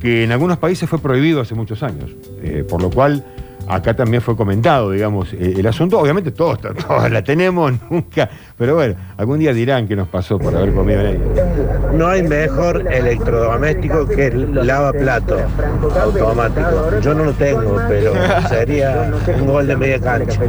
C: que en algunos países fue prohibido hace muchos años, eh, por lo cual acá también fue comentado, digamos, eh, el asunto, obviamente todos, [laughs] todos la tenemos, nunca, pero bueno, algún día dirán que nos pasó por haber comido en ella.
G: No hay mejor electrodoméstico que el lavaplato automático. Yo no lo tengo, pero sería un gol de media cancha.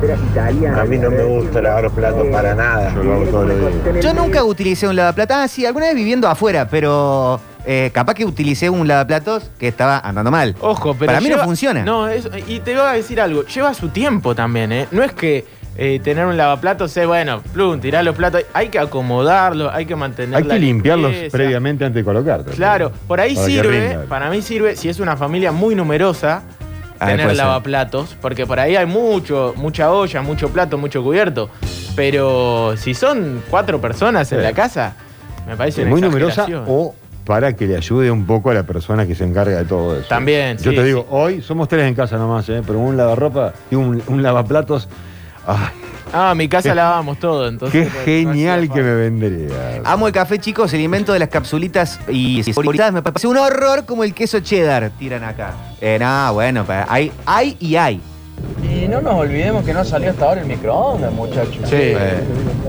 G: A mí no me gusta lavar los platos para nada.
C: Yo lo hago todos los días.
B: Yo nunca utilicé un lavaplatos. Ah, sí, alguna vez viviendo afuera, pero eh, capaz que utilicé un lavaplatos que estaba andando mal.
D: Ojo, pero.
B: Para mí no
D: lleva-
B: funciona.
D: No, es- y te iba a decir algo. Lleva su tiempo también, ¿eh? No es que eh, tener un lavaplatos es, bueno, plum, tirar los platos. Hay que acomodarlos, hay que mantener.
C: Hay
D: la
C: que limpiarlos
D: limpieza.
C: previamente antes de colocarte.
D: Claro, por ahí
C: Para que
D: sirve,
C: rinda.
D: para mí sirve, si es una familia muy numerosa,
B: Ah,
D: tener
B: puede ser.
D: lavaplatos, porque por ahí hay mucho, mucha olla, mucho plato, mucho cubierto. Pero si son cuatro personas en
C: Sí.
D: la casa, me parece
C: Es
D: una
C: muy numerosa
D: exageración.
C: o para que le ayude un poco a la persona que se encarga de todo eso.
D: También,
C: Yo
D: sí,
C: te digo, hoy somos tres en casa nomás, ¿eh? pero un lavarropa y un, un lavaplatos. Ay,
D: Ah, mi casa lavábamos todo,
C: qué
D: entonces. pues, no
C: genial
D: hacía
C: que me
D: falta.
C: vendría.
B: Amo el café, chicos. El invento de las capsulitas y saborizadas me parece un horror como el queso cheddar. Tiran acá. Eh, no, bueno, pa- hay, hay y hay.
H: Y no nos olvidemos que no salió hasta ahora el microondas, muchachos.
D: Sí.
B: Eh,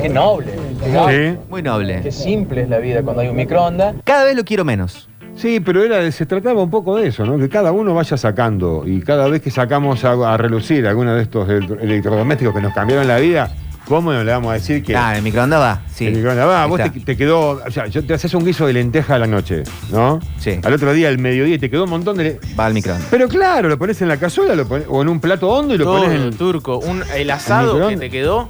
H: Qué noble.
C: Sí,
B: muy noble.
H: Qué simple es la vida cuando hay un microondas.
B: Cada vez lo quiero menos.
C: sí, pero era, se trataba un poco de eso, ¿no? Que cada uno vaya sacando y cada vez que sacamos a, a relucir alguno de estos electro- electrodomésticos que nos cambiaron la vida, ¿cómo nos le vamos a decir que
B: Ah, el microondas va. Sí.
C: El microondas. Va,
B: Ahí
C: vos te,
B: está.
C: te quedó. O sea, yo te haces un guiso de lenteja a la noche, ¿no?
B: Sí.
C: Al otro día, al mediodía, y te quedó un montón de. le-
B: Va al microondas.
C: Pero claro, lo pones en la cazuela lo pones- o en un plato hondo y lo
D: Todo,
C: pones en el
D: turco. Un, el asado que
C: microondas.
D: te quedó.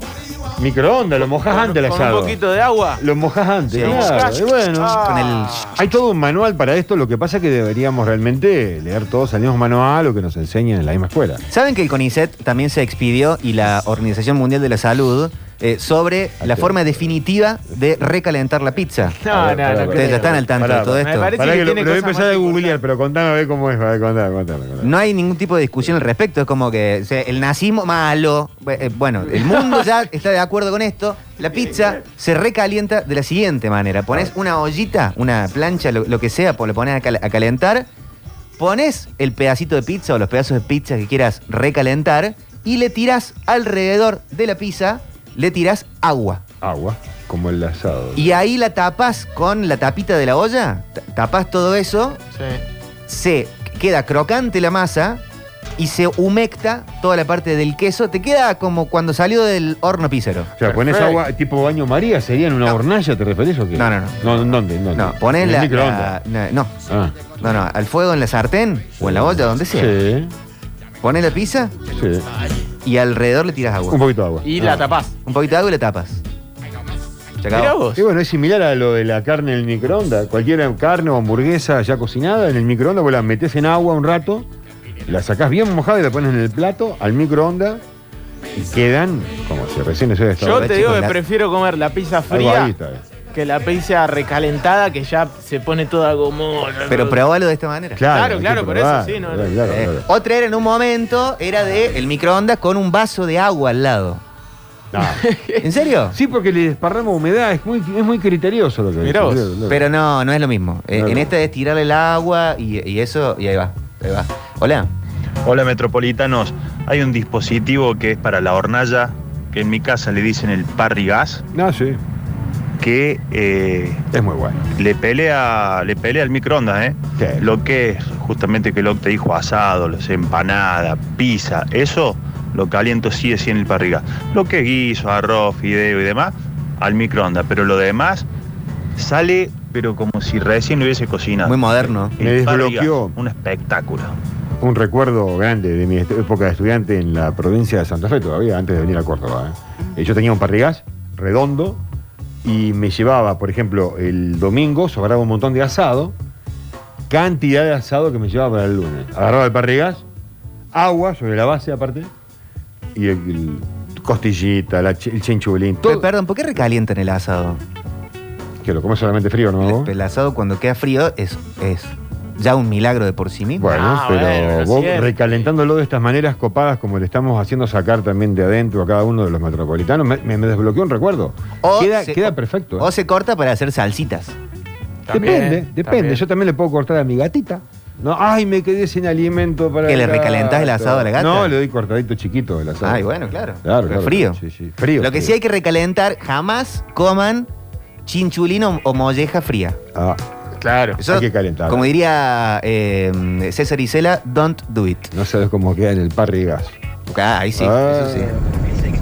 C: microondas, lo mojás
D: con-
C: antes el
D: Con
C: asado.
D: un poquito de agua.
C: Lo mojás antes,
B: Sí.
C: claro. Y bueno.
B: Con el. Ah.
C: Hay todo un manual para esto, lo que pasa es que deberíamos realmente leer todos el mismo manual o que nos enseñen en la misma escuela.
B: ¿Saben que el CONICET también se expidió y la Organización Mundial de la Salud eh, sobre la forma definitiva de recalentar la pizza?
C: ver,
D: No, no,
C: pará,
D: no.
C: pará.
D: creo.
B: Ustedes ya están al tanto
C: Pará,
B: de todo
D: me
B: esto.
D: parece
C: Pará
D: que
C: que lo,
D: tiene
C: lo voy a
D: cosas
C: empezar
D: más
C: a googlear, pero contame a ver cómo es. a ver, Contame, contame, contame.
B: No hay ningún tipo de discusión al respecto. Es como que o sea, el nazismo malo. eh, Bueno, el mundo ya está de acuerdo con esto. La pizza se recalienta de la siguiente manera. Pones una ollita, una plancha, lo, lo que sea, po- lo pones a, cal- a calentar. Pones el pedacito de pizza o los pedazos de pizza que quieras recalentar y le tiras alrededor de la pizza, le tiras agua.
C: Agua, como el asado.
B: Y ahí la tapas con la tapita de la olla, ta- tapas todo eso
D: Sí.
B: se queda crocante la masa y se humecta toda la parte del queso. Te queda como cuando salió del horno pizero.
C: O sea, pones
D: Perfecto.
C: agua tipo baño María, sería en una
B: No.
C: hornalla, ¿te referís o qué?
B: No, no, no.
C: ¿en dónde? ¿En dónde?
B: No, pones
C: En el
B: la,
C: microondas.
B: la- No,
C: Ah,
B: no, no. Al fuego en la sartén o en la olla, donde sea.
C: sí,
B: Pones la pizza
C: sí.
B: y alrededor le tiras
C: Un
B: agua.
C: poquito de agua.
D: Y
C: Ah.
D: la tapás.
B: Un poquito de agua y le tapas. Se acabó.
D: Mirá vos.
C: Y bueno, es similar a lo de la carne en el microondas. Cualquier carne o hamburguesa ya cocinada en el microondas, vos la metés en agua un rato, la sacás bien mojada y la pones en el plato, al microondas, y quedan como si recién eso
D: Yo te digo que
B: la-
D: prefiero comer la pizza fría que la pizza recalentada que ya se pone toda como.
B: Pero probalo de esta manera.
D: Claro, claro, por eso, sí, no, no.
B: Eh, otra era en un momento, era de el microondas con un vaso de agua al lado. [laughs] ¿En serio?
C: Sí, porque le desparramos humedad, es muy, es muy criterioso lo que
D: Mirá vos.
C: dice.
B: Pero no, no es lo mismo. Eh,
C: No,
B: en
C: no.
B: esta es tirarle el agua y, y eso, y ahí va. Ahí va. Hola.
I: Hola metropolitanos, hay un dispositivo que es para la hornalla, que en mi casa le dicen el parry gas,
C: No, sí.
I: que eh,
C: Es muy bueno.
I: le pelea le pelea al microondas, ¿eh?
C: Sí.
I: Lo que es justamente que lo que te dijo asado, los empanada, pizza, eso lo caliento sí es sí en el parrilla. Lo que es guiso, arroz, fideo y demás, al microondas, pero lo demás sale pero como si recién lo hubiese cocinado.
B: Muy moderno.
I: El
C: Me
I: parrilla,
C: desbloqueó.
I: Un espectáculo.
C: Un recuerdo grande de mi est- época de estudiante en la provincia de Santa Fe todavía, antes de venir a Córdoba. ¿eh? Eh, Yo tenía un parrigás redondo y me llevaba, por ejemplo, el domingo sobraba un montón de asado, cantidad de asado que me llevaba para el lunes. Agarraba el parrigás, agua sobre la base aparte, y el, el costillita, la chi- el chinchulín,
B: Pero,
C: todo.
B: perdón, ¿por qué recalientan el asado?
C: Que lo comes solamente
B: [laughs]
C: frío, ¿no?
B: El, el asado cuando queda frío es, es ya un milagro de por sí mismo.
C: Bueno,
D: Ah,
C: pero
D: bueno, pero
C: vos
D: siempre.
C: recalentándolo de estas maneras copadas como le estamos haciendo sacar también de adentro a cada uno de los metropolitanos, me, me- me desbloqueó un recuerdo.
B: O
C: queda
B: se-
C: queda perfecto. ¿eh?
B: O se corta para hacer salsitas.
D: También,
C: depende, depende.
D: también.
C: Yo también le puedo cortar a mi gatita. No, ay, me quedé sin alimento para
B: ¿Que
C: el
B: le recalentás el
C: gato.
B: asado a la gata?
C: No, le doy cortadito chiquito el asado.
B: Ay, bueno, claro.
C: Claro,
B: Pero
C: claro,
B: frío.
C: sí, sí, frío,
B: Lo que
C: frío.
B: sí hay que recalentar, jamás coman chinchulino o molleja fría.
C: Ah,
D: Claro.
B: Eso,
C: Hay que calentar.
B: Como diría eh, César Isela, don't do it.
C: no sabes cómo queda en el parrigas.
B: Ah, ahí sí,
C: Ah.
B: eso sí.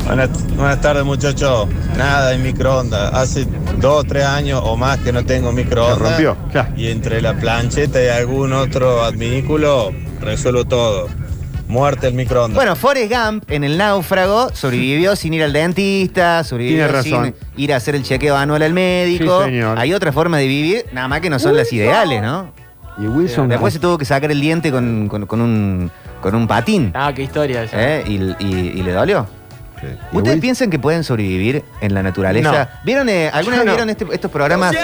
J: Buenas, buenas tardes muchachos. Nada en microondas. Hace dos o tres años o más que no tengo microondas.
C: Ah, Se rompió, claro.
J: Y entre la plancheta y algún otro adminículo resuelvo todo. Muerte el microondas.
B: Bueno, Forrest Gump en el náufrago sobrevivió sin ir al dentista, sobrevivió
C: Tiene
B: sin
C: razón.
B: ir a hacer el chequeo anual al médico.
C: Sí, señor.
B: Hay otras formas de vivir, nada más que no son las ideales, ¿no?
C: Y Wilson.
B: Después se tuvo que sacar el diente con, con- con un, con un patín.
D: Ah, qué historia esa.
B: ¿eh? Y, y- y le dolió.
C: Sí. Y
B: ¿Ustedes
C: Wil-
B: piensan que pueden sobrevivir en la naturaleza? ¿Vieron, eh, ¿Alguna
D: Yo
B: vez
D: no.
B: vieron este- estos programas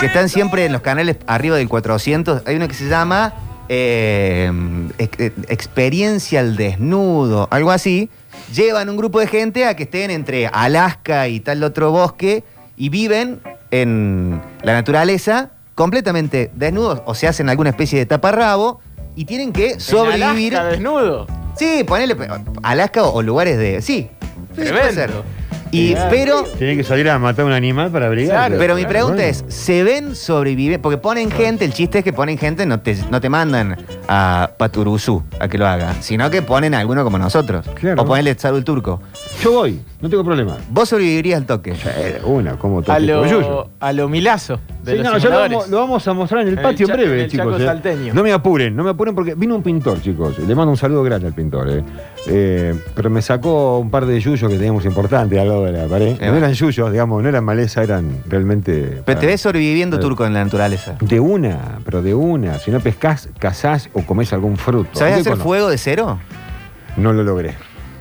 B: que están siempre en los canales arriba del 400? Hay uno que se llama eh, ex- eh, Experiencia al Desnudo, algo así. Llevan un grupo de gente a que estén entre Alaska y tal otro bosque y viven en la naturaleza completamente desnudos o se hacen alguna especie de taparrabo y tienen que sobrevivir.
D: En Alaska, desnudo.
B: Sí, ponele pe- Alaska o, o lugares de. Sí. sí, puede
D: Tremendo.
B: ser. Y,
D: Claro.
B: pero,
C: Tiene que salir a matar a un animal para abrigar.
B: pero mi pregunta es: ¿se ven sobrevivir? Porque ponen gente, el chiste es que ponen gente, no te, no te mandan a Paturuzú a que lo haga, sino que ponen a alguno como nosotros.
C: Claro.
B: O ponenle el turco.
C: Yo voy, no tengo problema.
B: Vos sobrevivirías al toque.
C: Eh, Una, como todo.
D: A
C: tipo yuyo.
D: lo, a lo milazo de
C: Sí,
D: los
C: no, ya lo
D: simuladores.
C: vamos, lo vamos a mostrar en el
D: En
C: patio
D: el
C: en
D: cha-
C: breve,
D: en el
C: chicos.
D: Chaco
C: eh.
D: salteño.
C: No me apuren, no me apuren porque vino un pintor, chicos. Le mando un saludo grande al pintor. eh. Eh, pero me sacó un par de yuyos que teníamos importantes al lado de la pared.
B: Sí,
C: no
B: va.
C: eran yuyos, digamos, no eran maleza, eran realmente.
B: Pero te ves sobreviviendo
C: Eh.
B: turco en la naturaleza.
C: De una, pero de una. Si no pescás, cazás o comés algún fruto.
B: ¿Sabés
C: ¿Qué
B: hacer
C: cono-
B: fuego de
C: [laughs]
B: cero?
C: No lo logré.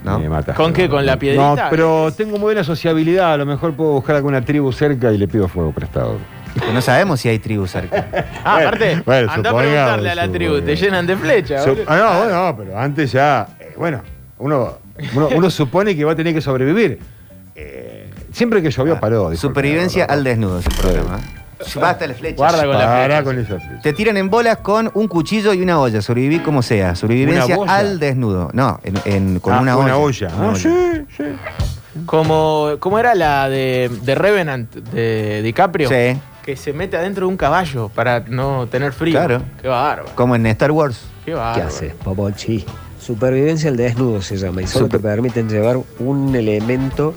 B: No.
C: Me mataste.
D: ¿Con qué? ¿Con la piedrita?
C: No, pero tengo muy buena sociabilidad. A lo mejor puedo buscar alguna tribu cerca y le pido fuego prestado.
B: Que No sabemos si hay tribu cerca.
D: Ah, aparte,
C: bueno,
D: anda a
C: supongamos,
D: preguntarle a la tribu, te
C: supongamos.
D: llenan de flecha.
C: Su-
D: boludo.
C: ah, no, bueno, no, pero antes ya. eh, bueno, uno, uno,
D: [laughs]
C: uno supone que va a tener que sobrevivir. Eh, siempre que llovió paró. disculpe,
B: Ah, Supervivencia
C: no, no,
B: al
C: no.
B: desnudo es el programa. Basta las flechas.
D: Guarda con la
C: Pará
D: flecha.
C: con esa flecha.
B: Te tiran en bolas con un cuchillo y una olla. Sobreviví como sea. Sobrevivencia
C: ¿Una boya?
B: al desnudo. No, en- en- con
C: Ah,
B: una olla.
C: ah,
B: Una olla.
C: sí, sí.
D: Como, como era la de, de Revenant de DiCaprio,
B: Sí.
D: que se mete adentro de un caballo para no tener frío.
B: Claro.
D: Qué bárbaro.
B: Como en Star Wars.
D: Qué bárbaro.
K: ¿Qué
D: [laughs]
K: haces, Popochi? Supervivencia al desnudo se llama y solo
B: Super-
K: te permiten llevar un elemento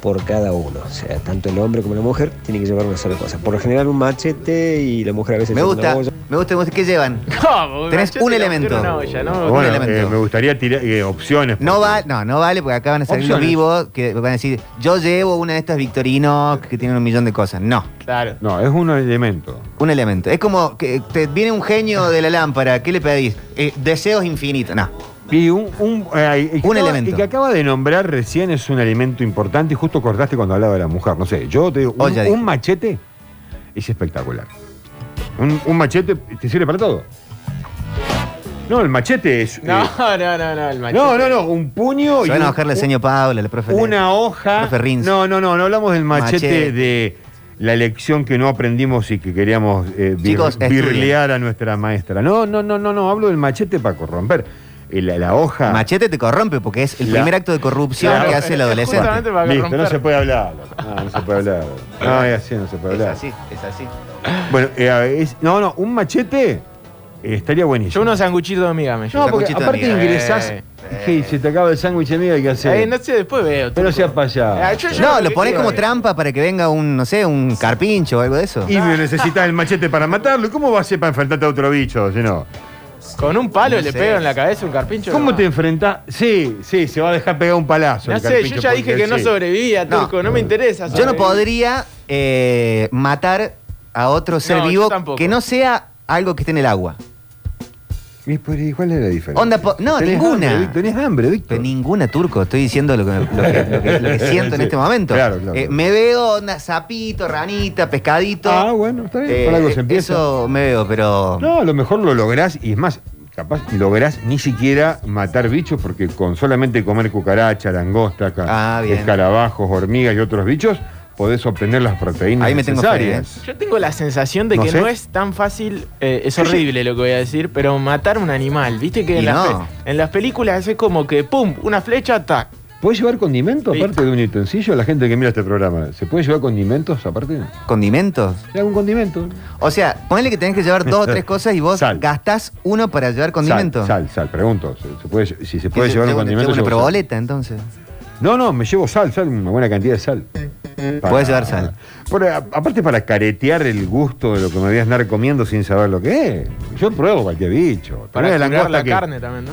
K: por cada uno. O sea, tanto el hombre como la mujer tienen que llevar una sola cosa. Por lo general un machete y la mujer a veces
B: Me
K: lleva
B: gusta,
K: una
B: me
K: olla.
B: gusta, me gusta. ¿Qué llevan?
D: ¿Cómo?
B: Tenés
D: Machete
B: un
D: y
B: elemento.
D: una olla, ¿no?
B: Un
C: Bueno,
B: elemento.
C: eh, me gustaría tirar eh, opciones.
B: No,
C: porque-
B: va, no, no vale porque acá van a salir los
C: Opciones.
B: vivos que van a decir, yo llevo una de estas Victorinos que tienen un millón de cosas. No,
D: Claro.
C: No, es un elemento.
B: un elemento. Es como que te viene un genio de la lámpara, ¿qué le pedís? Eh, deseos infinitos. No.
C: Y un, un, eh, y que
B: Un
C: acaba-
B: elemento.
C: Y que acaba de nombrar recién es un elemento importante y justo cortaste cuando hablaba de la mujer. No sé, yo te digo, un,
B: Olla,
C: un
B: Oh, dije.
C: machete es espectacular. Un, un machete te sirve para todo. No, el machete es. eh,
D: No, no, no, no, el machete.
C: no, no, no, un puño
B: Se
C: y.
B: van a
C: un-
B: bajar la señor Paula, la profe.
C: Una hoja.
B: Profe Rins.
C: No, no, no, no hablamos del machete,
B: Machete.
C: de la lección que no aprendimos y que queríamos eh, vir-
B: Chicos, estudien.
C: virlear a nuestra maestra. No, no, no, no, no, hablo del machete para corromper. el- la, la hoja.
B: Machete te corrompe porque es el
C: La-
B: primer acto de corrupción
C: Claro,
B: que hace el
C: es- es
B: adolescente.
D: justamente para
C: Listo,
D: romper.
C: no se puede hablar. loco. No, no se puede [laughs] hablar. loco. No, es así, no se puede
B: Es
C: hablar.
B: así, es así.
C: Bueno, eh, a ver, es- no, no, un machete eh, estaría buenísimo.
D: Yo unos sanguchitos de amiga me
C: No,
D: llevo.
C: porque
B: sanguchito de
C: aparte
B: miga.
C: ingresás.
D: Eh,
C: que se te acaba el sándwich de miga, hay que hacer.
D: Eh, no sé, después veo.
C: Pero
D: truco.
C: sea payá.
D: Ah, yo- yo
B: No,
D: creo
B: lo
D: que
B: pones
D: quiero-
B: como trampa para que venga un, no sé, un carpincho o algo de eso.
C: Y necesitas el machete para matarlo. ¿Cómo vas a ser para enfrentarte a otro bicho? Si no?
D: Con un palo
B: No
D: le
B: sé.
D: pego en la cabeza un carpincho.
C: ¿Cómo
D: no.
C: te enfrentás? Sí, sí, se va a dejar pegar un palazo.
D: No
C: el
D: sé,
C: carpincho,
D: yo ya dije
C: porque
D: que no
C: sí.
D: sobrevivía,
B: No.
D: Turco, no, me interesa.
B: Yo no
D: sobrevivir.
B: podría eh, matar a otro ser
D: No, yo
B: vivo
D: tampoco.
B: que no sea algo que esté en el agua.
C: ¿Y por ahí cuál es la diferencia?
B: Onda po- no,
C: Tenés
B: ninguna.
C: hambre, Vic- tenés hambre, Víctor.
B: Pero ninguna turco, estoy diciendo lo que, lo que- lo que- lo
C: [laughs]
B: que siento en
C: Sí,
B: este momento.
C: claro, claro.
B: Eh, me veo onda, sapito, ranita, pescadito.
C: Ah, bueno, está bien.
B: Eh,
C: por algo se empieza.
B: Eso me veo, pero.
C: No, a lo mejor lo lográs y es más, capaz lográs ni siquiera matar bichos porque con solamente comer cucaracha, langosta, ca-
B: Ah, bien.
C: escarabajos, hormigas y otros bichos, podés obtener las proteínas
B: Ahí me tengo fe, ¿eh?
C: necesarias.
D: Yo tengo la sensación de
C: No
D: que
C: sé.
D: no es tan fácil, eh, es horrible lo que voy a decir, pero matar un animal, viste que
B: Y
D: en, las,
B: no.
D: pe- en las películas es como que, ¡pum!, una flecha, tac.
C: ¿Puedes llevar condimentos
D: Sí.
C: aparte de un utensilio? La gente que mira este programa, ¿se puede llevar condimentos aparte?
B: ¿Condimentos?
C: ¿Algún condimento?
B: O sea, ponele que tenés que llevar dos o
C: [laughs]
B: tres cosas y vos
C: Sal.
B: gastás uno para llevar condimento.
C: Sal, sal, sal, pregunto. ¿se- se puede lle- si se puede
B: Yo
C: llevar un
B: llevo-
C: condimento.
B: llevo una
C: llevo sal.
B: proboleta, entonces.
C: No, no, me llevo sal, sal, una buena cantidad de sal.
B: Podés llevar sal.
C: Por- a- aparte para caretear el gusto de lo que me voy a andar comiendo sin saber lo que es. Yo pruebo cualquier bicho.
D: Para
C: Tenés
D: curar
C: langosta
D: la
C: que-
D: carne también, ¿no?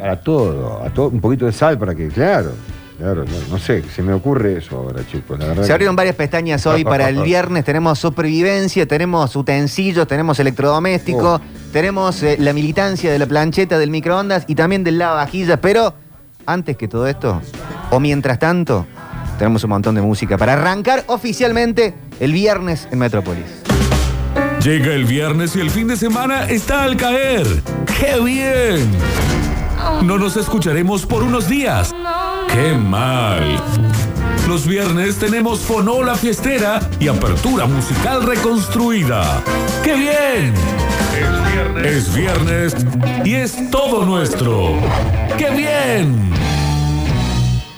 C: Para todo, a todo, un poquito de sal para que, claro, claro, no, no sé, se me ocurre eso ahora, chicos, la verdad.
B: Se abrieron varias pestañas hoy para el viernes. Tenemos supervivencia, tenemos utensilios, tenemos electrodomésticos, tenemos eh, la militancia de la plancheta, del microondas y también del lavavajillas. Pero antes que todo esto, o mientras tanto, tenemos un montón de música para arrancar oficialmente el viernes en Metrópolis.
A: Llega el viernes y el fin de semana está al caer. ¡Qué bien! No nos escucharemos por unos días. ¡Qué mal! Los viernes tenemos Fonola Fiestera y Apertura Musical Reconstruida. ¡Qué bien! Es viernes. Es viernes y es todo nuestro. ¡Qué bien!